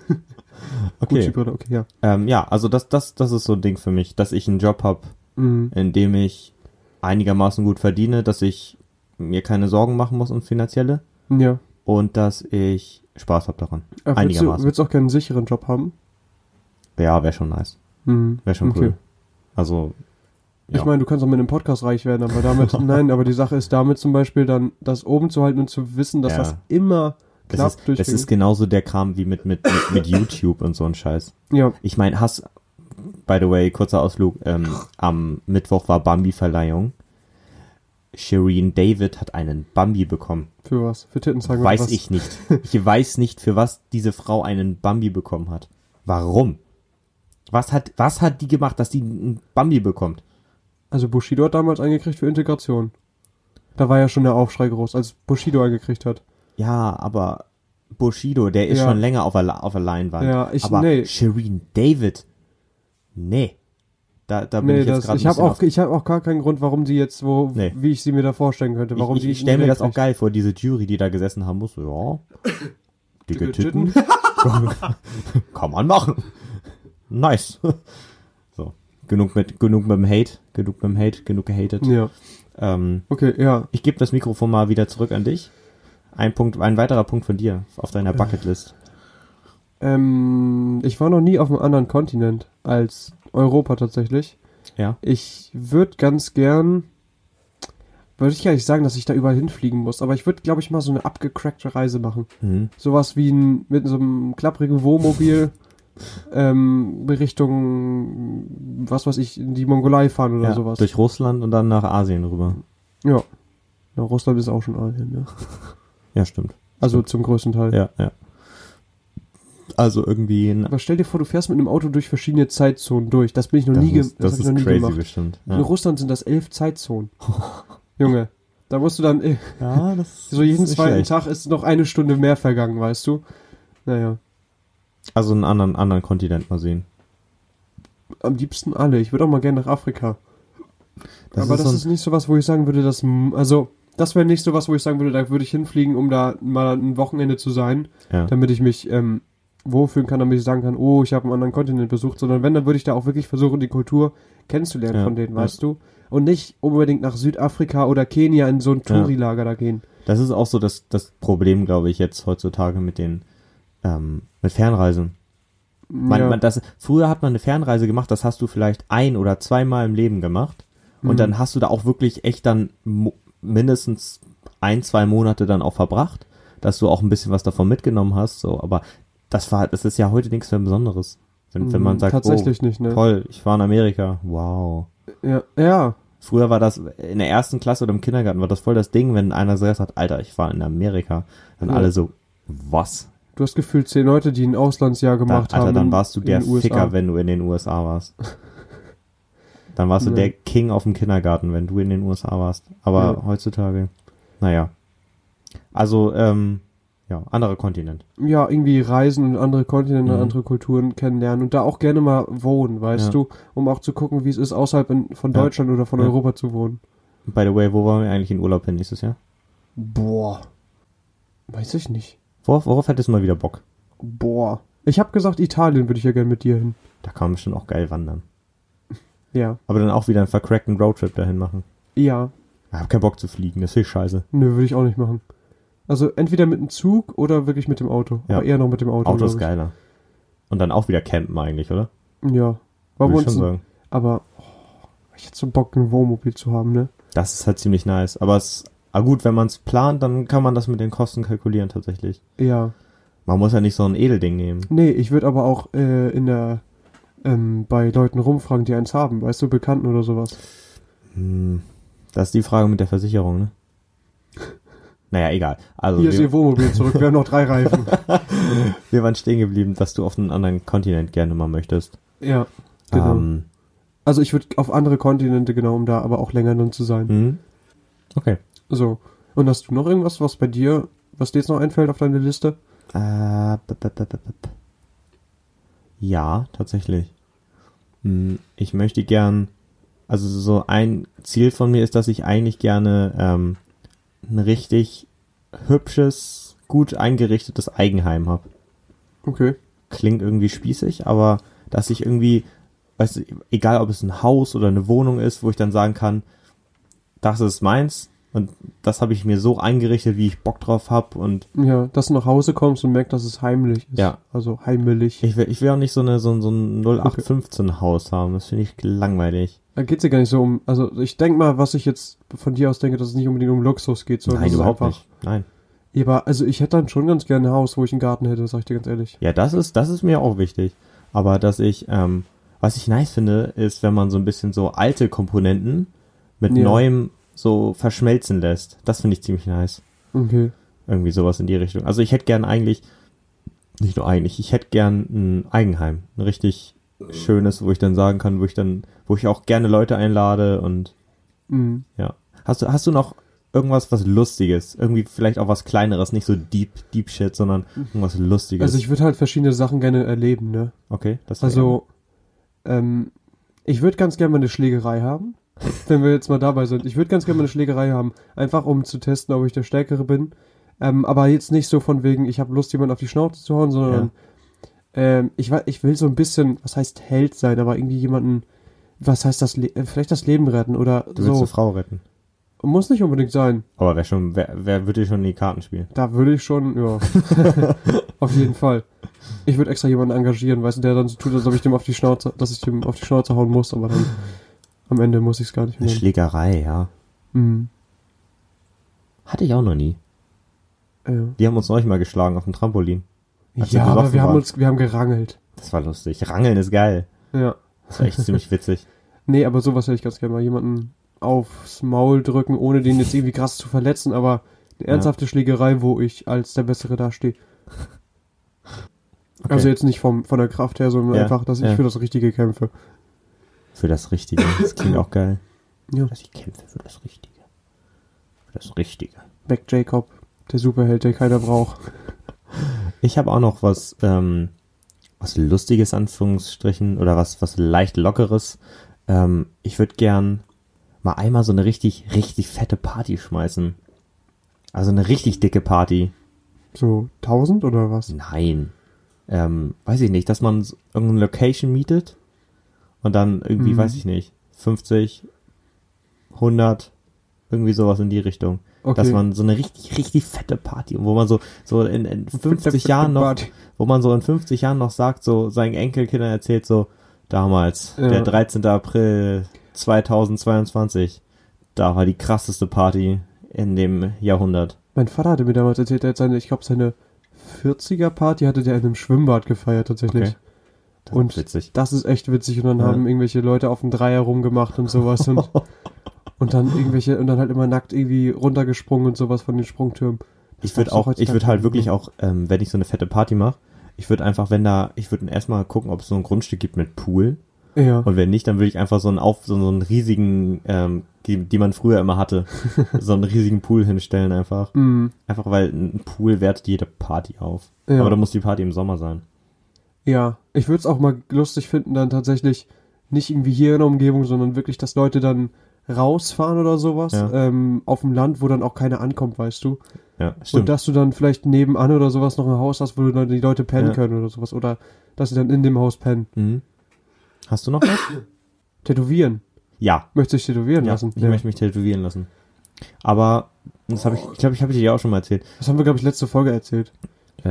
S2: Okay.
S1: Gucci-Brille, okay, ja.
S2: Ähm, ja, also das, das, das ist so ein Ding für mich, dass ich einen Job hab,
S1: Mhm.
S2: in dem ich einigermaßen gut verdiene, dass ich mir keine Sorgen machen muss um finanzielle
S1: Ja.
S2: und dass ich Spaß hab daran.
S1: Aber willst du
S2: Einigermaßen.
S1: willst auch keinen sicheren Job haben?
S2: Ja, wäre schon nice.
S1: Mhm.
S2: Wäre schon cool. Also, ja.
S1: Ich meine, du kannst auch mit einem Podcast reich werden, aber damit, nein, aber die Sache ist damit zum Beispiel dann, das oben zu halten und zu wissen, dass
S2: Ja.
S1: das immer klappt.
S2: das ist, das
S1: durchgängig.
S2: ist genauso der Kram wie mit, mit, mit, mit YouTube und so ein Scheiß.
S1: ja,
S2: Ich meine, hast, by the way, kurzer Ausflug, ähm, am Mittwoch war Bambi-Verleihung. Shireen David hat einen Bambi bekommen.
S1: für was? Für Titten sagen
S2: weiß
S1: was.
S2: ich nicht. Ich weiß nicht, für was diese Frau einen Bambi bekommen hat. Warum? Was hat, was hat die gemacht, dass die einen Bambi bekommt?
S1: Also Bushido hat damals eingekriegt für Integration. Da war ja schon der Aufschrei groß, als Bushido eingekriegt hat.
S2: Ja, aber Bushido, der ist
S1: Ja.
S2: schon länger auf der, auf der Leinwand.
S1: Ja, ich-
S2: aber
S1: nee.
S2: Shireen David? Nee. Da, da bin
S1: nee,
S2: ich jetzt
S1: das,
S2: gerade
S1: ich habe auch, ich hab auch gar keinen Grund, warum die jetzt, wo,
S2: Nee.
S1: wie ich sie mir da vorstellen könnte. Warum
S2: ich,
S1: die
S2: ich, ich stelle mir
S1: ihn
S2: das auch
S1: kriegt.
S2: geil vor, diese Jury, die da gesessen haben muss. so, Ja, dicke
S1: Dicke
S2: Titten. Kann man machen. Nice. So, genug mit, genug mit dem Hate, genug mit dem Hate, genug gehatet.
S1: Ja,
S2: Ähm,
S1: okay, ja.
S2: ich gebe das Mikrofon mal wieder zurück an dich. Ein Punkt, ein weiterer Punkt von dir auf deiner Bucketlist.
S1: Ähm, ich war noch nie auf einem anderen Kontinent als Europa tatsächlich.
S2: Ja.
S1: Ich würde ganz gern, würde ich gar nicht sagen, dass ich da überall hinfliegen muss, aber ich würde, glaube ich, mal so eine abgecrackte Reise machen.
S2: Mhm.
S1: Sowas wie ein, mit so einem klapprigen Wohnmobil ähm, Richtung, was weiß ich, in die Mongolei fahren oder
S2: Ja,
S1: sowas.
S2: Durch Russland und dann nach Asien rüber.
S1: ja. Na, Russland ist auch schon Asien, ne?
S2: Ja, stimmt.
S1: Also zum größten Teil.
S2: Ja, ja. Also irgendwie ein
S1: Aber stell dir vor, du fährst mit einem Auto durch verschiedene Zeitzonen durch. Das bin ich noch nie, ge
S2: ist, das
S1: hab ich
S2: ist
S1: noch nie
S2: crazy
S1: gemacht.
S2: bestimmt.
S1: In
S2: Ja,
S1: Russland sind das elf Zeitzonen. Junge, da musst du dann äh,
S2: ja das
S1: so jeden
S2: ist nicht
S1: zweiten
S2: schlecht.
S1: Tag ist noch eine Stunde mehr vergangen, weißt du? Naja,
S2: Also einen anderen, anderen Kontinent mal sehen.
S1: am liebsten alle. Ich würde auch mal gerne nach Afrika.
S2: Das
S1: Aber das
S2: ist so ein-
S1: ist nicht so was, wo ich sagen würde, dass m- also das wäre nicht so was, wo ich sagen würde, da würde ich hinfliegen, um da mal ein Wochenende zu sein,
S2: Ja.
S1: damit ich mich ähm, wohlfühlen kann, damit ich sagen kann, oh, ich habe einen anderen Kontinent besucht, sondern wenn, dann würde ich da auch wirklich versuchen, die Kultur kennenzulernen
S2: Ja,
S1: von denen,
S2: ja.
S1: weißt du? Und nicht unbedingt nach Südafrika oder Kenia in so ein
S2: Ja.
S1: Touri-Lager da gehen.
S2: Das ist auch so das, das Problem, glaube ich, jetzt heutzutage mit den ähm, mit Fernreisen. Man,
S1: Ja.
S2: man, das, früher hat man eine Fernreise gemacht, das hast du vielleicht ein oder zweimal im Leben gemacht. Und
S1: Mhm.
S2: dann hast du da auch wirklich echt dann mo- mindestens ein, zwei Monate dann auch verbracht, dass du auch ein bisschen was davon mitgenommen hast. So, aber das war, das ist ja heute nichts mehr Besonderes. Wenn, wenn man
S1: Mhm,
S2: sagt,
S1: tatsächlich nicht,
S2: oh,
S1: ne?
S2: toll, ich war in Amerika, wow.
S1: Ja, ja,
S2: Früher war das in der ersten Klasse oder im Kindergarten war das voll das Ding, wenn einer so gesagt hat, Alter, ich war in Amerika, dann
S1: Ja.
S2: alle so, was?
S1: du hast gefühlt zehn Leute, die ein Auslandsjahr
S2: Dann,
S1: gemacht
S2: Alter,
S1: haben. in-
S2: dann warst du
S1: in
S2: der
S1: den USA.
S2: Ficker, wenn du in den USA warst. Dann warst du
S1: Ja.
S2: der King auf dem Kindergarten, wenn du in den USA warst. Aber
S1: Ja.
S2: heutzutage, naja. Also, ähm, ja, anderer Kontinent.
S1: ja, irgendwie reisen und andere Kontinente,
S2: Mhm.
S1: andere Kulturen kennenlernen und da auch gerne mal wohnen, weißt
S2: Ja.
S1: du, um auch zu gucken, wie es ist, außerhalb in, von
S2: Ja.
S1: Deutschland oder von
S2: Ja.
S1: Europa zu wohnen.
S2: By the way, wo wollen wir eigentlich in Urlaub hin nächstes Jahr?
S1: Boah. Weiß ich nicht.
S2: Worauf, worauf hättest du mal wieder Bock?
S1: Boah. Ich habe gesagt, Italien würde ich ja gerne mit dir hin.
S2: Da kann man bestimmt auch geil wandern.
S1: Ja.
S2: Aber dann auch wieder einen vercrackten Roadtrip dahin machen.
S1: Ja.
S2: Ich hab keinen Bock zu fliegen, das ist scheiße.
S1: Nö, würde ich auch nicht machen. Also entweder mit dem Zug oder wirklich mit dem Auto.
S2: Ja.
S1: Aber eher noch mit dem Auto.
S2: Auto ist
S1: glaub
S2: geiler. Und dann auch wieder campen eigentlich, oder?
S1: ich. Ja. Wollen
S2: Würde
S1: wir
S2: ich schon
S1: uns,
S2: sagen.
S1: aber oh, ich hätte so Bock, ein Wohnmobil zu haben, ne?
S2: Das ist halt ziemlich nice. Aber es, ah gut, wenn man es plant, dann kann man das mit den Kosten kalkulieren tatsächlich.
S1: Ja.
S2: Man muss ja nicht so ein Edelding nehmen.
S1: Nee, ich würde aber auch äh, in der ähm, bei Leuten rumfragen, die eins haben, weißt du, Bekannten oder sowas.
S2: Hm. Das ist die Frage mit der Versicherung, ne? Naja, egal. Also
S1: Hier ist
S2: wir,
S1: ihr Wohnmobil zurück, wir haben noch drei Reifen.
S2: wir waren stehen geblieben, dass du auf einen anderen Kontinent gerne mal möchtest.
S1: ja, genau.
S2: Ähm,
S1: Also ich würde auf andere Kontinente genau, um da aber auch länger dann zu sein.
S2: hm? Okay.
S1: So. Und hast du noch irgendwas, was bei dir, was dir jetzt noch einfällt auf deine Liste?
S2: Äh, b- b- b- b- b- ja, tatsächlich. Hm, Ich möchte gern Also so ein Ziel von mir ist, dass ich eigentlich gerne ähm, ein richtig hübsches, gut eingerichtetes Eigenheim habe.
S1: Okay.
S2: Klingt irgendwie spießig, aber dass ich irgendwie, weißt du, egal ob es ein Haus oder eine Wohnung ist, wo ich dann sagen kann, das ist meins und das habe ich mir so eingerichtet, wie ich Bock drauf habe und
S1: Ja, dass du nach Hause kommst und merkst, dass es heimlich ist.
S2: Ja.
S1: Also heimelig.
S2: ich will, ich will auch nicht so, eine, so, ein- so ein 0815 Haus haben. Das finde ich langweilig.
S1: Da geht's ja gar nicht so um. Also ich denk mal, was ich jetzt von dir aus denke, dass es nicht unbedingt um Luxus geht, sondern
S2: Nein,
S1: dass es
S2: überhaupt
S1: einfach-
S2: nicht. Nein.
S1: Ja, Aber also ich hätte dann schon ganz gerne ein Haus, wo ich einen Garten hätte, sag ich dir ganz ehrlich.
S2: Ja, das ist, das ist mir auch wichtig. Aber dass ich, ähm, was ich nice finde, ist, wenn man so ein bisschen so alte Komponenten mit
S1: Ja.
S2: neuem so verschmelzen lässt. Das finde ich ziemlich nice.
S1: Okay.
S2: Irgendwie sowas in die Richtung. Also ich hätte gern eigentlich, nicht nur eigentlich, ich hätte gern ein Eigenheim. Ein richtig
S1: Mhm.
S2: schönes, wo ich dann sagen kann, wo ich dann, wo ich auch gerne Leute einlade und
S1: Mhm.
S2: ja. Hast du, hast du noch irgendwas, was Lustiges? Irgendwie vielleicht auch was Kleineres, nicht so deep, deep shit, sondern irgendwas Lustiges.
S1: Also ich würde halt verschiedene Sachen gerne erleben, ne?
S2: okay, das war ja-
S1: Also, ähm, ich würde ganz gerne mal eine Schlägerei haben, wenn wir jetzt mal dabei sind. Ich würde ganz gerne mal eine Schlägerei haben, einfach um zu testen, ob ich der Stärkere bin. Ähm, aber jetzt nicht so von wegen, ich habe Lust, jemanden auf die Schnauze zu hauen, sondern ähm, ich, wa- ich will so ein bisschen, was heißt Held sein, aber irgendwie jemanden, was heißt das, Le äh, vielleicht das Leben retten oder
S2: Du willst
S1: so.
S2: eine Frau retten.
S1: Muss nicht unbedingt sein.
S2: Aber wer schon, wer, wer würde schon in die Karten spielen?
S1: Da würde ich schon, ja. auf jeden Fall. Ich würde extra jemanden engagieren, weißt du, der dann so tut, als ob ich dem auf die Schnauze, dass ich dem auf die Schnauze hauen muss, aber dann am Ende muss ich es gar nicht
S2: Eine
S1: mehr.
S2: Schlägerei, ja.
S1: Mhm.
S2: Hatte ich auch noch nie.
S1: Äh,
S2: Die haben uns neulich mal geschlagen auf dem Trampolin. Als wir
S1: ja, aber
S2: besoffen
S1: wir haben
S2: waren.
S1: uns, wir haben gerangelt.
S2: Das war lustig. Rangeln ist geil.
S1: Ja.
S2: Das war echt ziemlich witzig.
S1: Nee, aber sowas hätte ich ganz gerne mal. Jemanden aufs Maul drücken, ohne den jetzt irgendwie krass zu verletzen, aber eine
S2: Ja.
S1: ernsthafte Schlägerei, wo ich als der Bessere dastehe.
S2: Okay.
S1: Also jetzt nicht vom, von der Kraft her, sondern
S2: Ja,
S1: einfach, dass ich
S2: ja.
S1: für das Richtige kämpfe.
S2: Für das Richtige. Das klingt auch geil.
S1: Ja.
S2: Dass ich kämpfe für das Richtige. Für das Richtige.
S1: Beck Jacob, der Superheld, der keiner braucht.
S2: Ich habe auch noch was, ähm, was Lustiges, Anführungsstrichen, oder was, was leicht Lockeres. Ähm, ich würde gern mal einmal so eine richtig, richtig fette Party schmeißen. Also eine richtig dicke Party.
S1: So 1000 oder was?
S2: Nein. Ähm, weiß ich nicht, dass man s- irgendeine Location mietet und dann irgendwie,
S1: Mhm.
S2: weiß ich nicht, 50, 100, irgendwie sowas in die Richtung.
S1: Okay.
S2: Dass man so eine richtig, richtig fette Party, wo man so, so in, in 50 Jahren noch,
S1: Party.
S2: wo man so in 50 Jahren noch sagt, so seinen Enkelkindern erzählt, so damals,
S1: Ja.
S2: der 13. April 2022, da war die krasseste Party in dem Jahrhundert.
S1: Mein Vater hatte mir damals erzählt, er hat seine, ich glaube, seine 40er-Party hatte der in einem Schwimmbad gefeiert tatsächlich.
S2: Okay. Das
S1: Und
S2: ist witzig.
S1: Das ist echt witzig. Und dann
S2: Ja.
S1: haben irgendwelche Leute auf dem Dreier rumgemacht und sowas und, und dann irgendwelche, und dann halt immer nackt irgendwie runtergesprungen und sowas von den Sprungtürmen. Das
S2: Ich würde
S1: gab's doch
S2: auch, ich würde halt
S1: heutzutage
S2: wirklich
S1: nicht
S2: auch, ähm, wenn ich so eine fette Party mache, ich würde einfach, wenn da, ich würde erstmal gucken, ob es so ein Grundstück gibt mit Pool.
S1: mehr. Ja.
S2: Und wenn nicht, dann würde ich einfach so einen auf, so einen riesigen, ähm, die, die man früher immer hatte, so einen riesigen Pool hinstellen einfach.
S1: Mhm.
S2: Einfach weil ein Pool wertet jede Party auf.
S1: Ja.
S2: Aber da muss die Party im Sommer sein.
S1: Ja, ich würde es auch mal lustig finden, dann tatsächlich nicht irgendwie hier in der Umgebung, sondern wirklich, dass Leute dann rausfahren oder sowas
S2: Ja.
S1: ähm, auf dem Land, wo dann auch keiner ankommt, weißt du.
S2: Ja,
S1: Und
S2: stimmt.
S1: dass du dann vielleicht nebenan oder sowas noch ein Haus hast, wo du dann die Leute pennen
S2: Ja.
S1: können oder sowas. Oder dass sie dann in dem Haus pennen.
S2: Mhm. Hast du noch was?
S1: Tätowieren.
S2: ja.
S1: Möchtest du dich tätowieren
S2: ja.
S1: lassen?
S2: Ich möchte mich tätowieren lassen. Aber, das habe ich, ich glaube, ich habe dir ja auch schon mal erzählt.
S1: Das haben wir, glaube ich, letzte Folge erzählt.
S2: Äh,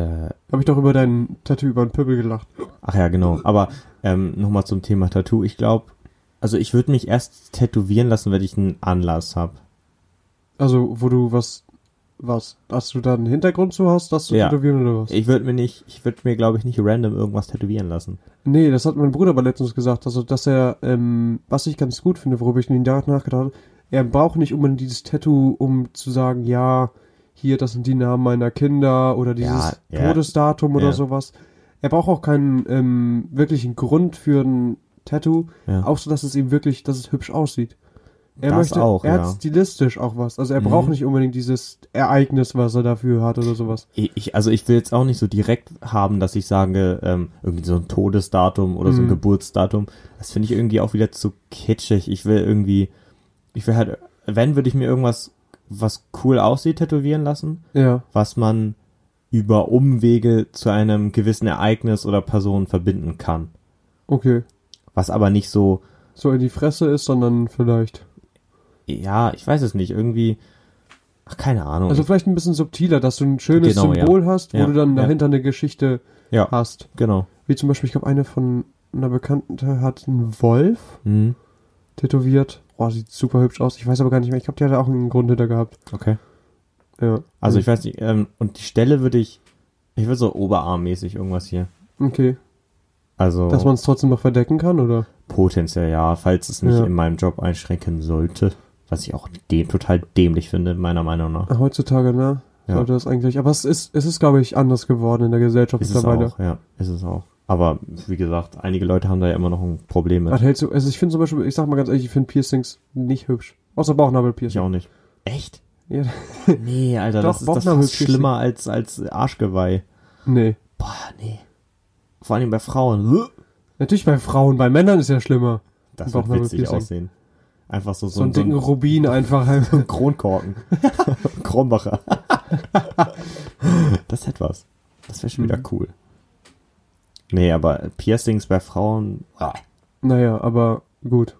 S1: Habe ich doch über deinen Tattoo über den Pöbel gelacht.
S2: Ach ja, genau. Aber ähm, nochmal zum Thema Tattoo. Ich glaube, also ich würde mich erst tätowieren lassen, wenn ich einen Anlass habe.
S1: Also, wo du was, was, dass du da einen Hintergrund zu hast, dass du
S2: Ja.
S1: tätowieren oder was?
S2: Ich würde mir nicht, ich würde mir glaube ich nicht random irgendwas tätowieren lassen.
S1: Nee, das hat mein Bruder aber letztens gesagt, also dass er, ähm, was ich ganz gut finde, worüber ich ihn nachgedacht habe, er braucht nicht unbedingt dieses Tattoo, um zu sagen, ja, hier, das sind die Namen meiner Kinder oder dieses
S2: Ja, ja.
S1: Todesdatum oder
S2: Ja.
S1: sowas. Er braucht auch keinen ähm, wirklichen Grund für ein Tattoo,
S2: Ja.
S1: auch so, dass es ihm wirklich, dass es hübsch aussieht. Er
S2: Das
S1: möchte,
S2: auch,
S1: er
S2: ja. Mhm.
S1: hat stilistisch auch was. Also er braucht nicht unbedingt dieses Ereignis, was er dafür hat oder sowas.
S2: Ich, also ich will jetzt auch nicht so direkt haben, dass ich sage, ähm, irgendwie so ein Todesdatum oder so ein
S1: Mhm.
S2: Geburtsdatum. Das finde ich irgendwie auch wieder zu kitschig. Ich will irgendwie, ich will halt, wenn würde ich mir irgendwas, was cool aussieht, tätowieren lassen,
S1: Ja.
S2: was man über Umwege zu einem gewissen Ereignis oder Person verbinden kann.
S1: Okay.
S2: Was aber nicht so,
S1: So in die Fresse ist, sondern vielleicht.
S2: ja, ich weiß es nicht, irgendwie, ach, keine Ahnung.
S1: Also vielleicht ein bisschen subtiler, dass du ein schönes
S2: Genau, ja.
S1: Symbol hast, wo
S2: Ja,
S1: du dann
S2: ja.
S1: dahinter eine Geschichte
S2: ja,
S1: hast.
S2: genau.
S1: Wie zum Beispiel, ich glaube, eine von einer Bekannten hat einen Wolf
S2: Mhm.
S1: tätowiert. Boah, sieht super hübsch aus. Ich weiß aber gar nicht mehr. Ich glaube, die hat da auch einen Grund hinter gehabt.
S2: Okay.
S1: Ja.
S2: Also ich weiß nicht, ähm, und die Stelle würde ich, ich würde so oberarmmäßig irgendwas hier.
S1: Hm, Okay.
S2: Also
S1: Dass man es trotzdem noch verdecken kann, oder?
S2: potenziell ja, falls es mich
S1: Ja.
S2: in meinem Job einschränken sollte, was ich auch dem total dämlich finde, meiner Meinung nach.
S1: Heutzutage, ne?
S2: Ja.
S1: Sollte das eigentlich. Aber es ist, es ist, glaube ich, anders geworden in der Gesellschaft
S2: Ist es
S1: mittlerweile.
S2: auch, ja, ist es auch. Aber wie gesagt, einige Leute haben da ja immer noch ein Problem mit.
S1: Was hältst du? Also ich finde zum Beispiel, ich sag mal ganz ehrlich, ich finde Piercings nicht hübsch. Außer
S2: Ich
S1: Bauchnabelpiercing.
S2: auch nicht. Echt?
S1: Ja.
S2: Nee, Alter,
S1: Doch,
S2: das ist das ist fast
S1: Bauchnabelpiercing.
S2: schlimmer als, als Arschgeweih.
S1: Nee.
S2: Boah, nee. Vor allem bei Frauen.
S1: Natürlich bei Frauen, bei Männern ist ja schlimmer.
S2: Das wird witzig
S1: Bauchnabelpiercing.
S2: aussehen. Einfach so, so,
S1: So einen
S2: so ein-
S1: dicken Rubin einfach.
S2: Ein Kronkorken. Kronbacher. das hätte was. Das wäre schon wieder
S1: Mhm.
S2: cool. Nee, aber Piercings bei Frauen. Ah.
S1: naja, aber gut.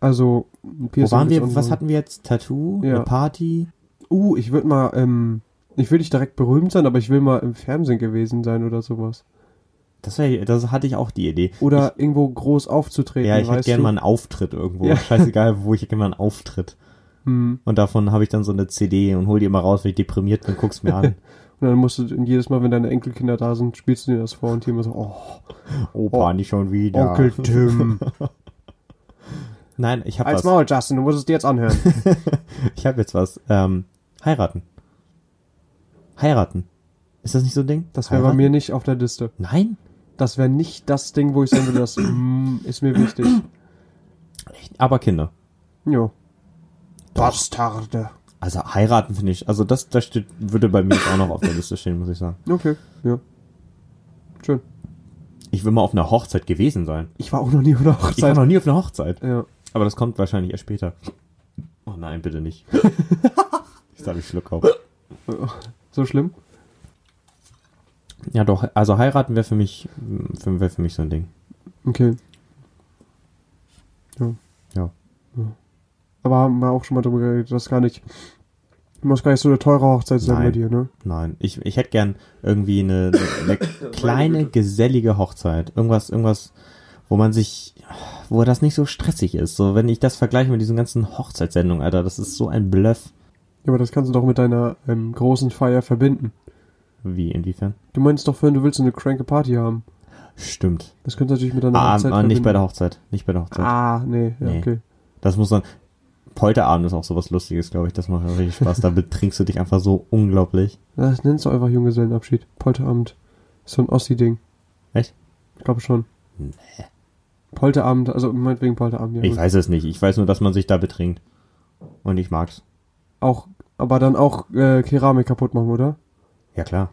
S1: Also, ein
S2: Wo
S1: Piercing
S2: waren
S1: ist
S2: wir? Was
S1: unwohl.
S2: hatten wir jetzt? Tattoo?
S1: Ja.
S2: Eine Party?
S1: Uh, ich würde mal, ähm, ich will nicht direkt berühmt sein, aber ich will mal im Fernsehen gewesen sein oder sowas.
S2: Das, wär, das hatte ich auch die Idee.
S1: Oder irgendwo groß aufzutreten,
S2: ja, ich hätte
S1: weißt
S2: gerne
S1: du?
S2: mal einen Auftritt irgendwo.
S1: Ja.
S2: Scheißegal, wo ich hätte gerne mal einen Auftritt.
S1: Hm.
S2: Und davon habe ich dann so eine CD und hol die immer raus, wenn ich deprimiert bin, guck's mir an.
S1: Und dann musst du jedes Mal, wenn deine Enkelkinder da sind, spielst du dir das vor und die immer so, oh,
S2: Opa, nicht schon wieder.
S1: Onkel Tim.
S2: Nein, ich habe
S1: Als
S2: was.
S1: Maul, Justin, du musst es dir jetzt anhören.
S2: Ich habe jetzt was. Ähm, heiraten. Heiraten. Ist das nicht so ein Ding?
S1: Das wäre bei
S2: Heiraten?
S1: mir nicht auf der Liste.
S2: Nein?
S1: Das wäre nicht das Ding, wo ich sagen würde, das mm, ist mir wichtig.
S2: Echt? Aber Kinder.
S1: Jo.
S2: Doch.
S1: Bastarde.
S2: Also heiraten finde ich. Also das, das steht, würde bei mir jetzt auch noch auf der Liste stehen, muss ich sagen.
S1: Okay, ja. Schön.
S2: Ich will mal auf einer Hochzeit gewesen sein.
S1: Ich war auch noch nie auf der
S2: Ich war
S1: Hochzeit.
S2: noch nie auf einer Hochzeit.
S1: Ja.
S2: Aber das kommt wahrscheinlich erst später. Oh nein, bitte nicht. ich darf ich Schluck auf.
S1: So schlimm?
S2: Ja doch, also heiraten wäre für mich für, wäre für mich so ein Ding.
S1: Okay. Ja.
S2: Ja.
S1: Ja. Aber haben wir auch schon mal drüber geredet, das gar nicht. Muss gar nicht so eine teure Hochzeit sein bei
S2: Nein.
S1: dir, ne?
S2: Nein, ich, ich hätte gern irgendwie eine, eine kleine, gesellige Hochzeit. Irgendwas, irgendwas, wo man sich, wo das nicht so stressig ist. So, wenn ich das vergleiche mit diesen ganzen Hochzeitssendungen, Alter, das ist so ein Bluff.
S1: Ja, aber das kannst du doch mit deiner ähm, großen Feier verbinden.
S2: Wie, inwiefern?
S1: Du meinst doch vorhin, du willst so eine cranke Party haben.
S2: Stimmt.
S1: Das könntest du natürlich mit deiner
S2: Ah,
S1: Hochzeit
S2: ah, nicht bei der
S1: verbinden.
S2: Hochzeit. Nicht bei der Hochzeit.
S1: Ah, nee, ja,
S2: Nee.
S1: okay.
S2: Das muss dann. Polterabend ist auch sowas Lustiges, glaube ich. Das macht richtig Spaß. Da betrinkst du dich einfach so unglaublich.
S1: Das nennst du einfach Junggesellenabschied. Polterabend. Ist so ein Ossi-Ding.
S2: Echt?
S1: Ich glaube schon.
S2: Nee.
S1: Polterabend, also meinetwegen Polterabend, ja.
S2: Ich
S1: gut.
S2: weiß es nicht. Ich weiß nur, dass man sich da betrinkt. Und ich mag's.
S1: Auch, aber dann auch äh, Keramik kaputt machen, oder?
S2: Ja, klar.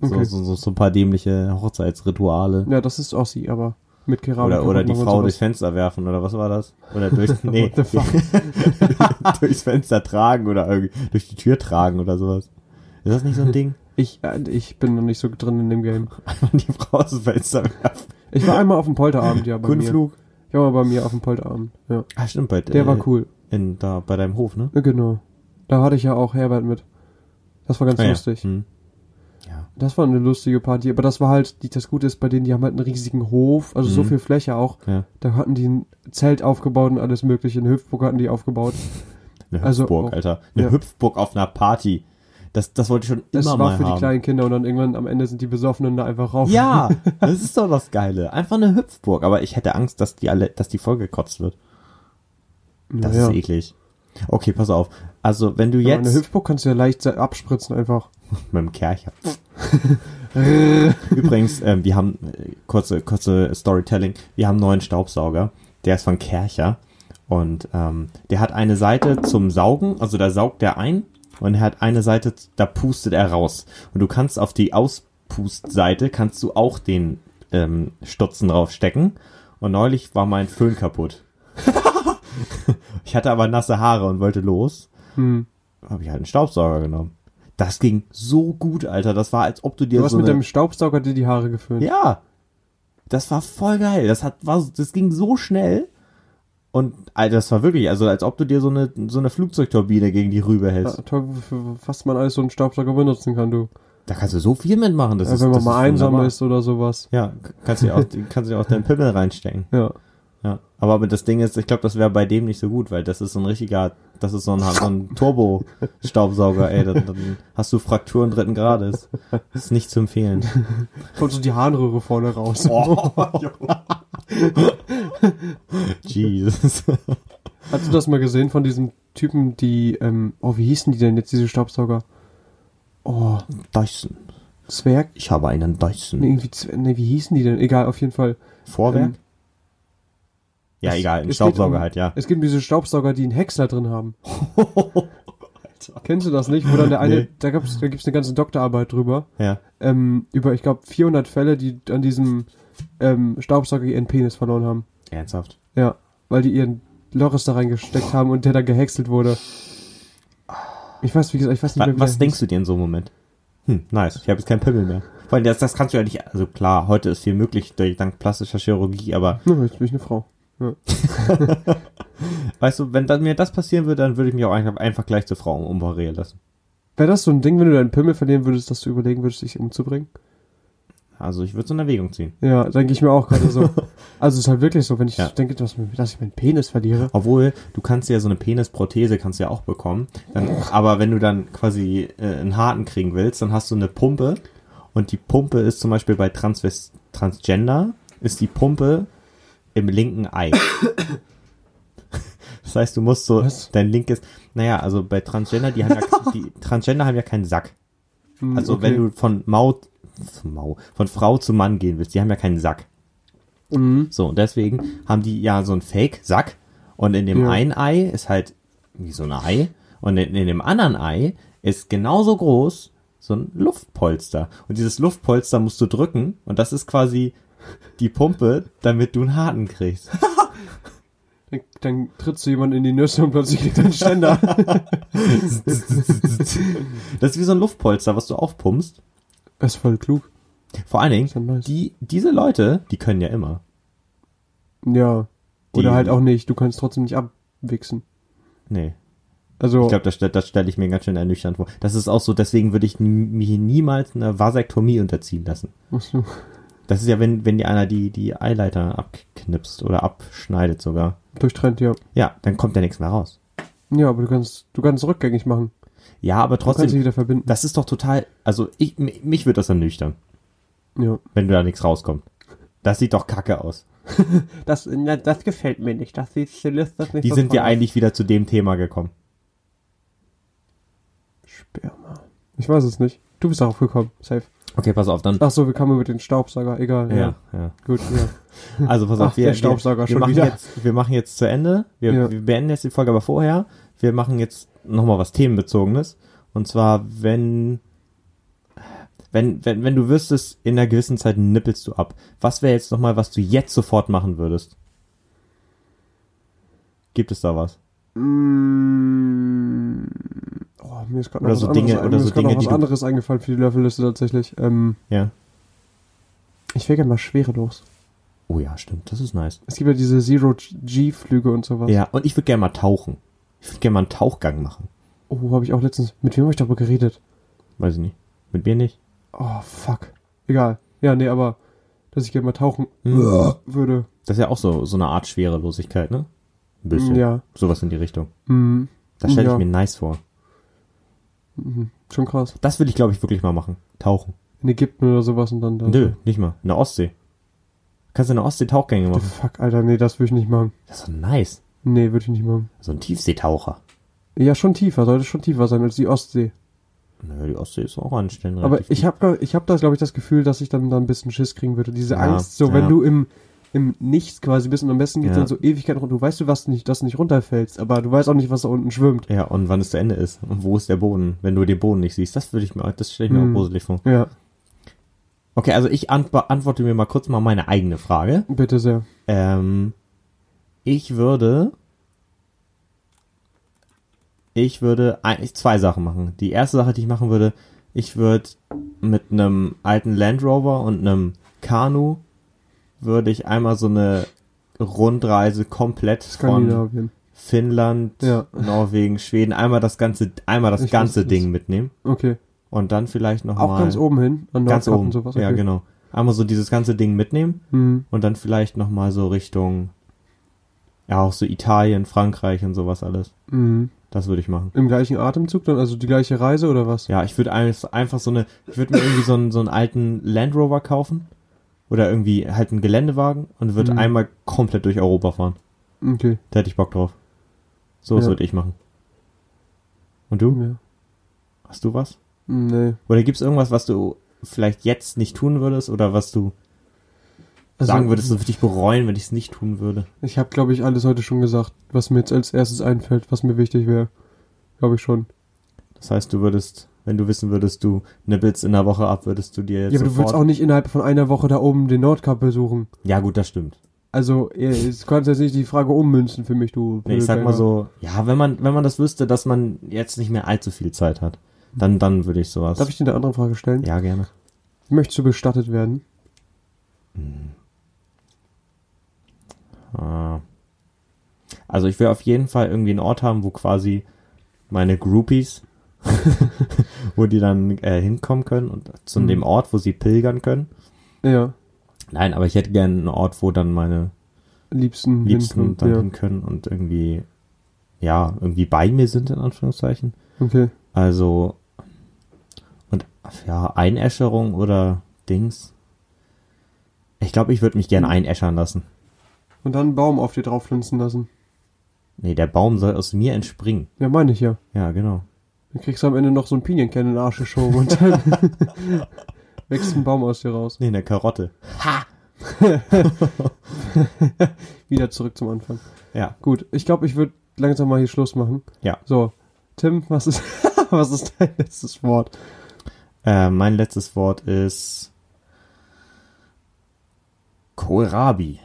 S1: Okay.
S2: So, so, so, so ein paar dämliche Hochzeitsrituale.
S1: Ja, das ist Ossi, aber mit Keramik
S2: Oder, oder die
S1: kaputt
S2: Frau
S1: machen und
S2: durchs
S1: sowas.
S2: Fenster werfen oder was war das? Oder durch, nee,
S1: What the fuck?
S2: durchs Fenster tragen oder irgendwie durch die Tür tragen oder sowas. Ist das nicht so ein Ding?
S1: Ich, äh, ich bin noch nicht so drin in dem Game.
S2: Einfach die Frau aus dem Fenster werfen.
S1: Ich war einmal auf dem Polterabend, ja, bei mir.
S2: Kundenflug.
S1: Ich war mal bei mir auf dem Polterabend, ja.
S2: Ah, stimmt, bei
S1: Der
S2: äh,
S1: war cool.
S2: In, da, bei deinem Hof, ne?
S1: Ja, Genau. Da hatte ich ja auch Herbert mit. Das war ganz
S2: Ah, ja.
S1: lustig.
S2: Hm. Ja.
S1: Das war eine lustige Party, aber das war halt, die, das Gute ist bei denen, die haben halt einen riesigen Hof, also so
S2: Mhm.
S1: viel Fläche auch.
S2: Ja.
S1: Da hatten die ein Zelt aufgebaut und alles mögliche. In Hüpfburg hatten die aufgebaut.
S2: Eine
S1: Also
S2: Hüpfburg,
S1: auch-
S2: Alter. Eine
S1: ja.
S2: Hüpfburg auf einer Party. Das, das wollte ich schon
S1: Das
S2: immer
S1: war
S2: mal
S1: für
S2: haben.
S1: die kleinen Kinder und dann irgendwann am Ende sind die Besoffenen da einfach rauf.
S2: Ja, das ist doch das Geile. Einfach eine Hüpfburg. Aber ich hätte Angst, dass die alle, dass die vollgekotzt wird. Das
S1: naja.
S2: ist eklig. Okay, pass auf. Also, wenn du
S1: Aber
S2: jetzt
S1: Eine Hüpfburg kannst du ja leicht se- abspritzen einfach.
S2: mit dem Kercher. Übrigens, ähm, wir haben äh, kurze, kurze Storytelling. Wir haben einen neuen Staubsauger. Der ist von Kercher. Und ähm, der hat eine Seite zum Saugen, also da saugt er ein und er hat eine Seite, da pustet er raus. Und du kannst auf die Auspustseite, kannst du auch den ähm, Stutzen draufstecken. Und neulich war mein Föhn kaputt. ich hatte aber nasse Haare und wollte los.
S1: Hm.
S2: Habe ich halt einen Staubsauger genommen. Das ging so gut, Alter. Das war, als ob du dir
S1: Du hast
S2: so
S1: mit
S2: eine
S1: deinem Staubsauger dir die Haare geföhnt.
S2: ja. Das war voll geil. Das hat, war, so- das ging so schnell. Und Alter, das war wirklich, also als ob du dir so eine, so eine Flugzeugturbine gegen die Rübe
S1: Ja,
S2: hältst.
S1: toll, für was man alles so einen Staubsauger benutzen kann, du.
S2: Da kannst du so viel mitmachen. Das
S1: Ja,
S2: ist,
S1: wenn man
S2: das
S1: mal
S2: ist
S1: einsam
S2: wunderbar.
S1: ist oder sowas.
S2: Ja, kannst du auch, kannst du auch deinen Pimmel reinstecken.
S1: Ja.
S2: Ja. Aber aber das Ding ist, ich glaube, das wäre bei dem nicht so gut, weil das ist so ein richtiger, das ist so ein, so ein Turbo-Staubsauger, ey. Dann, dann hast du Frakturen dritten Grades. Das ist nicht zu empfehlen.
S1: Kommt so die Harnröhre vorne raus.
S2: Jesus.
S1: Hast du das mal gesehen von diesen Typen, die, ähm, oh, wie hießen die denn jetzt, diese Staubsauger? Oh,
S2: Dyson.
S1: Zwerg?
S2: Ich habe einen Dyson.
S1: Nee, irgendwie, Zwerg, nee, wie hießen die denn? Egal, auf jeden Fall.
S2: Vorwerk?
S1: Ähm,
S2: ja,
S1: es-
S2: egal, ein
S1: es
S2: Staubsauger
S1: geht um-
S2: halt, ja.
S1: Es gibt um diese Staubsauger, die einen Häcksler drin haben. Kennst du das nicht? Wo dann der eine,
S2: Nee.
S1: da gibt's, da gibt's eine ganze Doktorarbeit drüber.
S2: ja.
S1: Ähm, über, ich glaube, 400 Fälle, die an diesem ähm, Staubsauger ihren Penis verloren haben.
S2: Ernsthaft.
S1: Ja, weil die ihren Loris da reingesteckt haben und der da gehäckselt wurde. Ich weiß, wie gesagt, ich weiß nicht
S2: Wa
S1: mehr, wie
S2: was
S1: der
S2: denkst du dir in so einem Moment? Hm, nice. Ich habe jetzt keinen Pimmel mehr. Vor allem, das, das kannst du ja nicht, also klar, heute ist viel möglich durch, dank plastischer Chirurgie, aber
S1: hieß. Na, jetzt bin ich eine Frau.
S2: weißt du, wenn dann mir das passieren würde, dann würde ich mich auch einfach, einfach gleich zur Frau um- umoperieren lassen.
S1: Wäre das so ein Ding, wenn du deinen Pimmel verlieren würdest, dass du überlegen würdest, dich umzubringen?
S2: Also ich würde es in Erwägung ziehen.
S1: Ja, denke ich mir auch gerade so. Also es ist halt wirklich so, wenn ich
S2: Ja.
S1: denke, dass, dass ich meinen Penis verliere.
S2: Obwohl, du kannst ja so eine Penisprothese kannst du ja auch bekommen. Dann, aber wenn du dann quasi äh, einen harten kriegen willst, dann hast du eine Pumpe. Und die Pumpe ist zum Beispiel bei Transvest Transgender, ist die Pumpe im linken Ei. Das heißt, du musst so,
S1: Was?
S2: dein linkes, naja, also bei Transgender, die haben ja, die Transgender haben ja keinen Sack.
S1: Hm,
S2: Also
S1: okay.
S2: wenn du von Maut, von Mau, von Frau zu Mann gehen willst, die haben ja keinen Sack.
S1: Mhm.
S2: So, und deswegen haben die ja so einen Fake-Sack und in dem
S1: Ja.
S2: einen Ei ist halt wie so ein Ei und in, in dem anderen Ei ist genauso groß so ein Luftpolster. Und dieses Luftpolster musst du drücken und das ist quasi die Pumpe, damit du einen Harten kriegst.
S1: Dann, dann trittst du jemanden in die Nüsse und plötzlich liegt dein Ständer.
S2: Das ist wie so ein Luftpolster, was du aufpumpst.
S1: das ist voll klug.
S2: Vor allen
S1: Ist ja
S2: Dingen,
S1: nice.
S2: die, diese Leute, die können ja immer.
S1: Ja.
S2: Die-
S1: Oder halt auch nicht. Du kannst trotzdem nicht abwichsen.
S2: Nee.
S1: Also,
S2: Ich glaube, das, stell- das stelle ich mir ganz schön ernüchternd vor. Das ist auch so, deswegen würde ich n- mich niemals einer Vasektomie unterziehen lassen.
S1: musst du
S2: Das ist ja, wenn, wenn dir einer die, die Eileiter abknipst oder abschneidet sogar.
S1: durchtrennt, ja.
S2: Ja, dann kommt ja nichts mehr raus.
S1: Ja, aber du kannst, du kannst rückgängig machen.
S2: Ja, aber
S1: Du kannst dich
S2: trotzdem,
S1: wieder verbinden.
S2: das ist doch total, also ich, mi- mich würde das dann nüchtern,
S1: Ja.
S2: wenn da nichts rauskommt. Das sieht doch kacke aus.
S1: Das, na, das gefällt mir nicht. Das sieht das nicht
S2: Wie sind wir eigentlich wieder zu dem Thema gekommen?
S1: Sperma. Ich weiß es nicht. Du bist darauf gekommen. Safe.
S2: Okay, pass auf, dann.
S1: Ach so, wir kamen über den Staubsauger. Egal. Ja.
S2: Ja, ja.
S1: Gut, ja.
S2: Also pass auf,
S1: Ach,
S2: wir,
S1: der Staubsauger
S2: wir, wir,
S1: schon
S2: machen
S1: wieder.
S2: Jetzt, wir machen jetzt zu Ende. Wir,
S1: Ja.
S2: wir beenden jetzt die Folge aber vorher. Wir machen jetzt nochmal was Themenbezogenes. Und zwar, wenn, wenn, wenn, wenn du wüsstest, in einer gewissen Zeit nippelst du ab. Was wäre jetzt nochmal, was du jetzt sofort machen würdest? Gibt es da was?
S1: Mm. Oh, mir ist gerade
S2: Oder
S1: noch
S2: so
S1: was anderes,
S2: Dinge-
S1: ein-
S2: oder
S1: mir
S2: so
S1: ist grad
S2: Dinge,
S1: noch was
S2: die du-
S1: anderes eingefallen für die Löffelliste tatsächlich. Ähm,
S2: Ja.
S1: ich wäre gerne mal schwerelos.
S2: Oh ja, stimmt. Das ist nice.
S1: Es gibt ja diese Zero-G-Flüge und sowas.
S2: Ja, und ich würde gerne mal tauchen. Ich würde gerne mal einen Tauchgang machen.
S1: Oh, habe ich auch letztens... Mit wem habe ich darüber geredet?
S2: Weiß ich nicht. Mit mir nicht.
S1: Oh, fuck. Egal. Ja, nee, aber... Dass ich gerne mal tauchen
S2: Hm.
S1: würde.
S2: Das ist ja auch so, so eine Art Schwerelosigkeit, ne? Ein bisschen.
S1: Ja.
S2: Sowas in die Richtung.
S1: Mhm.
S2: Das stelle
S1: Ja.
S2: ich mir nice vor.
S1: Mhm. Schon krass.
S2: Das will ich, glaube ich, wirklich mal machen. Tauchen.
S1: In Ägypten oder sowas und dann da.
S2: Nö, nicht mal. In der Ostsee. Kannst du in der Ostsee Tauchgänge
S1: The
S2: machen?
S1: fuck, Alter, nee, das würde ich nicht machen.
S2: Das ist doch nice.
S1: Nee, würde ich nicht machen.
S2: So ein Tiefseetaucher.
S1: Ja, schon tiefer, sollte schon tiefer sein als die Ostsee.
S2: Nö, die Ostsee ist auch anständig.
S1: Aber ich habe ich hab da, glaube ich, das Gefühl, dass ich dann da ein bisschen Schiss kriegen würde. Diese
S2: Ja,
S1: Angst, so wenn
S2: ja.
S1: du im, im Nichts quasi bist und am besten geht's
S2: Ja.
S1: dann so Ewigkeit runter. Du weißt, du was nicht, dass du nicht runterfällst, aber du weißt auch nicht, was da unten schwimmt.
S2: Ja, und wann es zu Ende ist. Und wo ist der Boden? Wenn du den Boden nicht siehst, das würde ich mir, das stelle ich mir
S1: Hm.
S2: auch gruselig vor.
S1: Ja,
S2: Okay, also ich ant- beantworte mir mal kurz mal meine eigene Frage.
S1: bitte sehr.
S2: Ähm, ich würde, ich würde eigentlich zwei Sachen machen. Die erste Sache, die ich machen würde, ich würde mit einem alten Land Rover und einem Kanu würde ich einmal so eine Rundreise komplett von
S1: Skandinavien.
S2: Finnland,
S1: Ja.
S2: Norwegen, Schweden einmal das ganze, einmal das
S1: Ich
S2: ganze
S1: wusste
S2: Ding
S1: es.
S2: mitnehmen
S1: Okay.
S2: und dann vielleicht noch
S1: Auch
S2: mal
S1: ganz oben hin, an
S2: ganz
S1: Nordkap
S2: oben.
S1: und sowas.
S2: Ja,
S1: okay.
S2: genau. Einmal so dieses ganze Ding mitnehmen
S1: Hm.
S2: und dann vielleicht nochmal so Richtung, ja, auch so Italien, Frankreich und sowas alles.
S1: Mhm.
S2: Das würde ich machen.
S1: Im gleichen Atemzug dann, also die gleiche Reise oder was?
S2: Ja, ich würde ein- einfach so eine, ich würde mir irgendwie so einen, so einen alten Land Rover kaufen oder irgendwie halt einen Geländewagen und würde
S1: Mhm.
S2: einmal komplett durch Europa fahren.
S1: Okay.
S2: Da hätte ich Bock drauf. So was
S1: Ja.
S2: würde ich machen. Und du?
S1: Ja. Hm,
S2: Hast du was?
S1: Nee.
S2: Oder gibt's irgendwas, was du vielleicht jetzt nicht tun würdest oder was du
S1: Also,
S2: sagen würdest, das würde ich bereuen, wenn ich es nicht tun würde?
S1: Ich habe, glaube ich, alles heute schon gesagt, was mir jetzt als erstes einfällt, was mir wichtig wäre. Glaube ich schon.
S2: Das heißt, du würdest, wenn du wissen würdest, du nibbelst in der Woche ab, würdest du dir jetzt
S1: ja, aber du
S2: sofort...
S1: willst auch nicht innerhalb von einer Woche da oben den Nordkap besuchen.
S2: ja, gut, das stimmt.
S1: Also, eh, du kannst jetzt nicht die Frage ummünzen für mich, du.
S2: Nee, ich sag mal
S1: Blödberger.
S2: so, ja, wenn man, wenn man das wüsste, dass man jetzt nicht mehr allzu viel Zeit hat, dann, dann würde ich sowas.
S1: Darf ich dir eine andere Frage stellen?
S2: ja, gerne.
S1: Möchtest du bestattet werden?
S2: Ah. Also ich will auf jeden Fall irgendwie einen Ort haben, wo quasi meine Groupies, wo die dann äh, hinkommen können und zu
S1: Mhm.
S2: dem Ort, wo sie pilgern können.
S1: Ja.
S2: Nein, aber ich hätte gerne einen Ort, wo dann meine
S1: Liebsten.
S2: liebsten dann
S1: hinten,
S2: hin können und irgendwie, ja, irgendwie bei mir sind, in Anführungszeichen.
S1: ja. Okay.
S2: Also, und ja, Einäscherung oder Dings. Ich glaube, ich würde mich gerne einäschern lassen.
S1: Und dann einen Baum auf dir drauf pflanzen lassen.
S2: Nee, der Baum soll aus mir entspringen.
S1: Ja, meine ich ja.
S2: Ja, genau.
S1: Dann kriegst du am Ende noch so einen Pinienkern in den Arsch geschoben und dann wächst ein Baum aus dir raus.
S2: Nee, eine Karotte.
S1: Wieder zurück zum Anfang.
S2: Ja.
S1: Gut, ich glaube, ich würde langsam mal hier Schluss machen.
S2: Ja.
S1: So, Tim, was ist, was ist dein letztes Wort?
S2: Äh, mein letztes Wort ist Kohlrabi.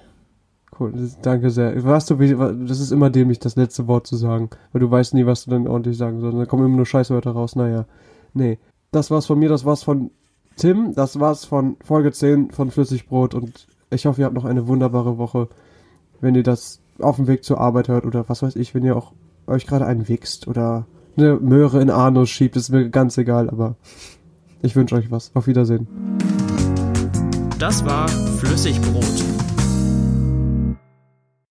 S1: Cool, das, danke sehr. Weißt du, wie, wa- das ist immer dämlich, das letzte Wort zu sagen, weil du weißt nie, was du dann ordentlich sagen sollst. Da kommen immer nur Scheißwörter raus. Naja, nee. Das war's von mir, das war's von Tim, das war's von Folge 10 von Flüssigbrot und ich hoffe, ihr habt noch eine wunderbare Woche, wenn ihr das auf dem Weg zur Arbeit hört oder was weiß ich, wenn ihr auch euch gerade einen wichst oder eine Möhre in Anus schiebt, ist mir ganz egal, aber ich wünsche euch was. Auf Wiedersehen.
S3: Das war Flüssigbrot.